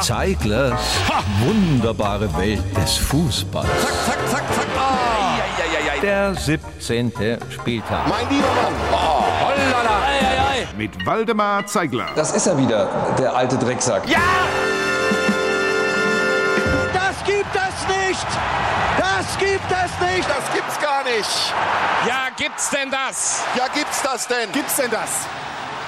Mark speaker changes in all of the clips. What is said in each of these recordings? Speaker 1: Zeiglers wunderbare Welt des Fußballs.
Speaker 2: Zack, zack, zack, zack. Ah,
Speaker 1: Der 17. Spieltag.
Speaker 2: mein lieber Mann. Oh, hollala.
Speaker 3: mit Waldemar Zeigler.
Speaker 4: Das ist er wieder, der alte Drecksack.
Speaker 5: Das gibt es nicht! Das gibt es nicht!
Speaker 2: Das gibt's gar nicht.
Speaker 6: Ja, gibt's denn das?
Speaker 2: Ja, gibt's das denn? Gibt's denn das?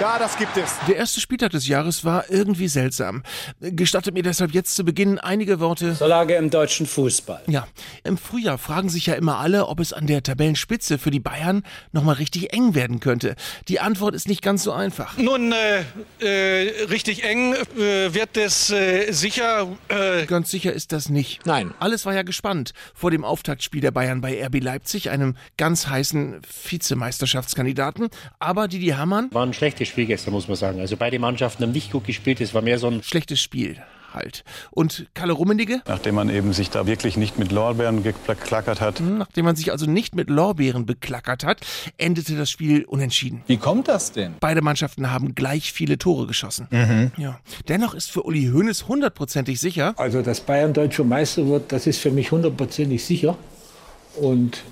Speaker 2: Ja, das gibt es.
Speaker 7: Der erste Spieltag des Jahres war irgendwie seltsam. Gestattet mir deshalb jetzt zu Beginn einige Worte.
Speaker 8: zur Lage im deutschen Fußball.
Speaker 7: Ja, im Frühjahr fragen sich ja immer alle, ob es an der Tabellenspitze für die Bayern nochmal richtig eng werden könnte. Die Antwort ist nicht ganz so einfach.
Speaker 9: Nun, äh, äh, richtig eng äh, wird es äh, sicher. Äh,
Speaker 7: Ganz sicher ist das nicht.
Speaker 8: Nein.
Speaker 7: Alles war ja gespannt vor dem Auftaktspiel der Bayern bei RB Leipzig, einem ganz heißen Vizemeisterschaftskandidaten. Aber Didi Hamann,
Speaker 10: War ein schlechtes Spiel gestern, muss man sagen. Also beide Mannschaften haben nicht gut gespielt. Es war mehr so ein
Speaker 7: schlechtes Spiel halt. Und Kalle Rummenigge,
Speaker 11: Nachdem man eben sich da wirklich nicht mit Lorbeeren geklackert hat.
Speaker 7: nachdem man sich also nicht mit Lorbeeren beklackert hat, endete das Spiel unentschieden.
Speaker 4: Wie kommt das denn?
Speaker 7: Beide Mannschaften haben gleich viele Tore geschossen. Ja. Dennoch ist für Uli Hoeneß hundertprozentig sicher,
Speaker 8: Also, dass Bayern deutscher Meister wird, das ist für mich hundertprozentig sicher. Und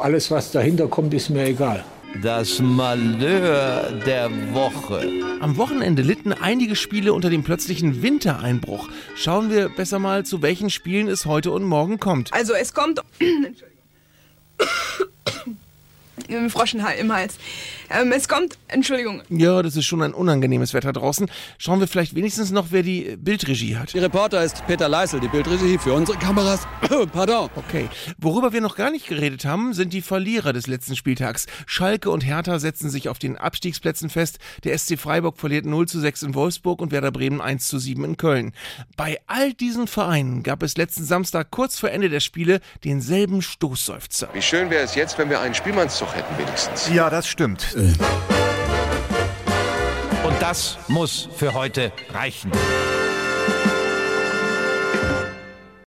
Speaker 8: alles, was dahinter kommt, ist mir egal.
Speaker 1: Das Malheur der Woche.
Speaker 7: am Wochenende litten einige Spiele unter dem plötzlichen Wintereinbruch. Schauen wir besser mal, zu welchen Spielen es heute und morgen kommt.
Speaker 5: Also es kommt. Entschuldigung. Frosch im Hals. Ähm, es kommt, Entschuldigung,
Speaker 7: Ja, das ist schon ein unangenehmes Wetter draußen. Schauen wir vielleicht wenigstens noch, wer die äh, Bildregie hat.
Speaker 8: Die Reporter ist Peter Leisel, die Bildregie für unsere Kameras. Pardon.
Speaker 7: Okay. Worüber wir noch gar nicht geredet haben, sind die Verlierer des letzten Spieltags. Schalke und Hertha setzen sich auf den Abstiegsplätzen fest. Der SC Freiburg verliert 0 zu 6 in Wolfsburg und Werder Bremen 1 zu 7 in Köln. Bei all diesen Vereinen gab es letzten Samstag kurz vor Ende der Spiele denselben Stoßseufzer.
Speaker 2: Wie schön wäre es jetzt, wenn wir einen Spielmannszug hätten wenigstens.
Speaker 3: Ja, das stimmt.
Speaker 1: Und das muss für heute reichen.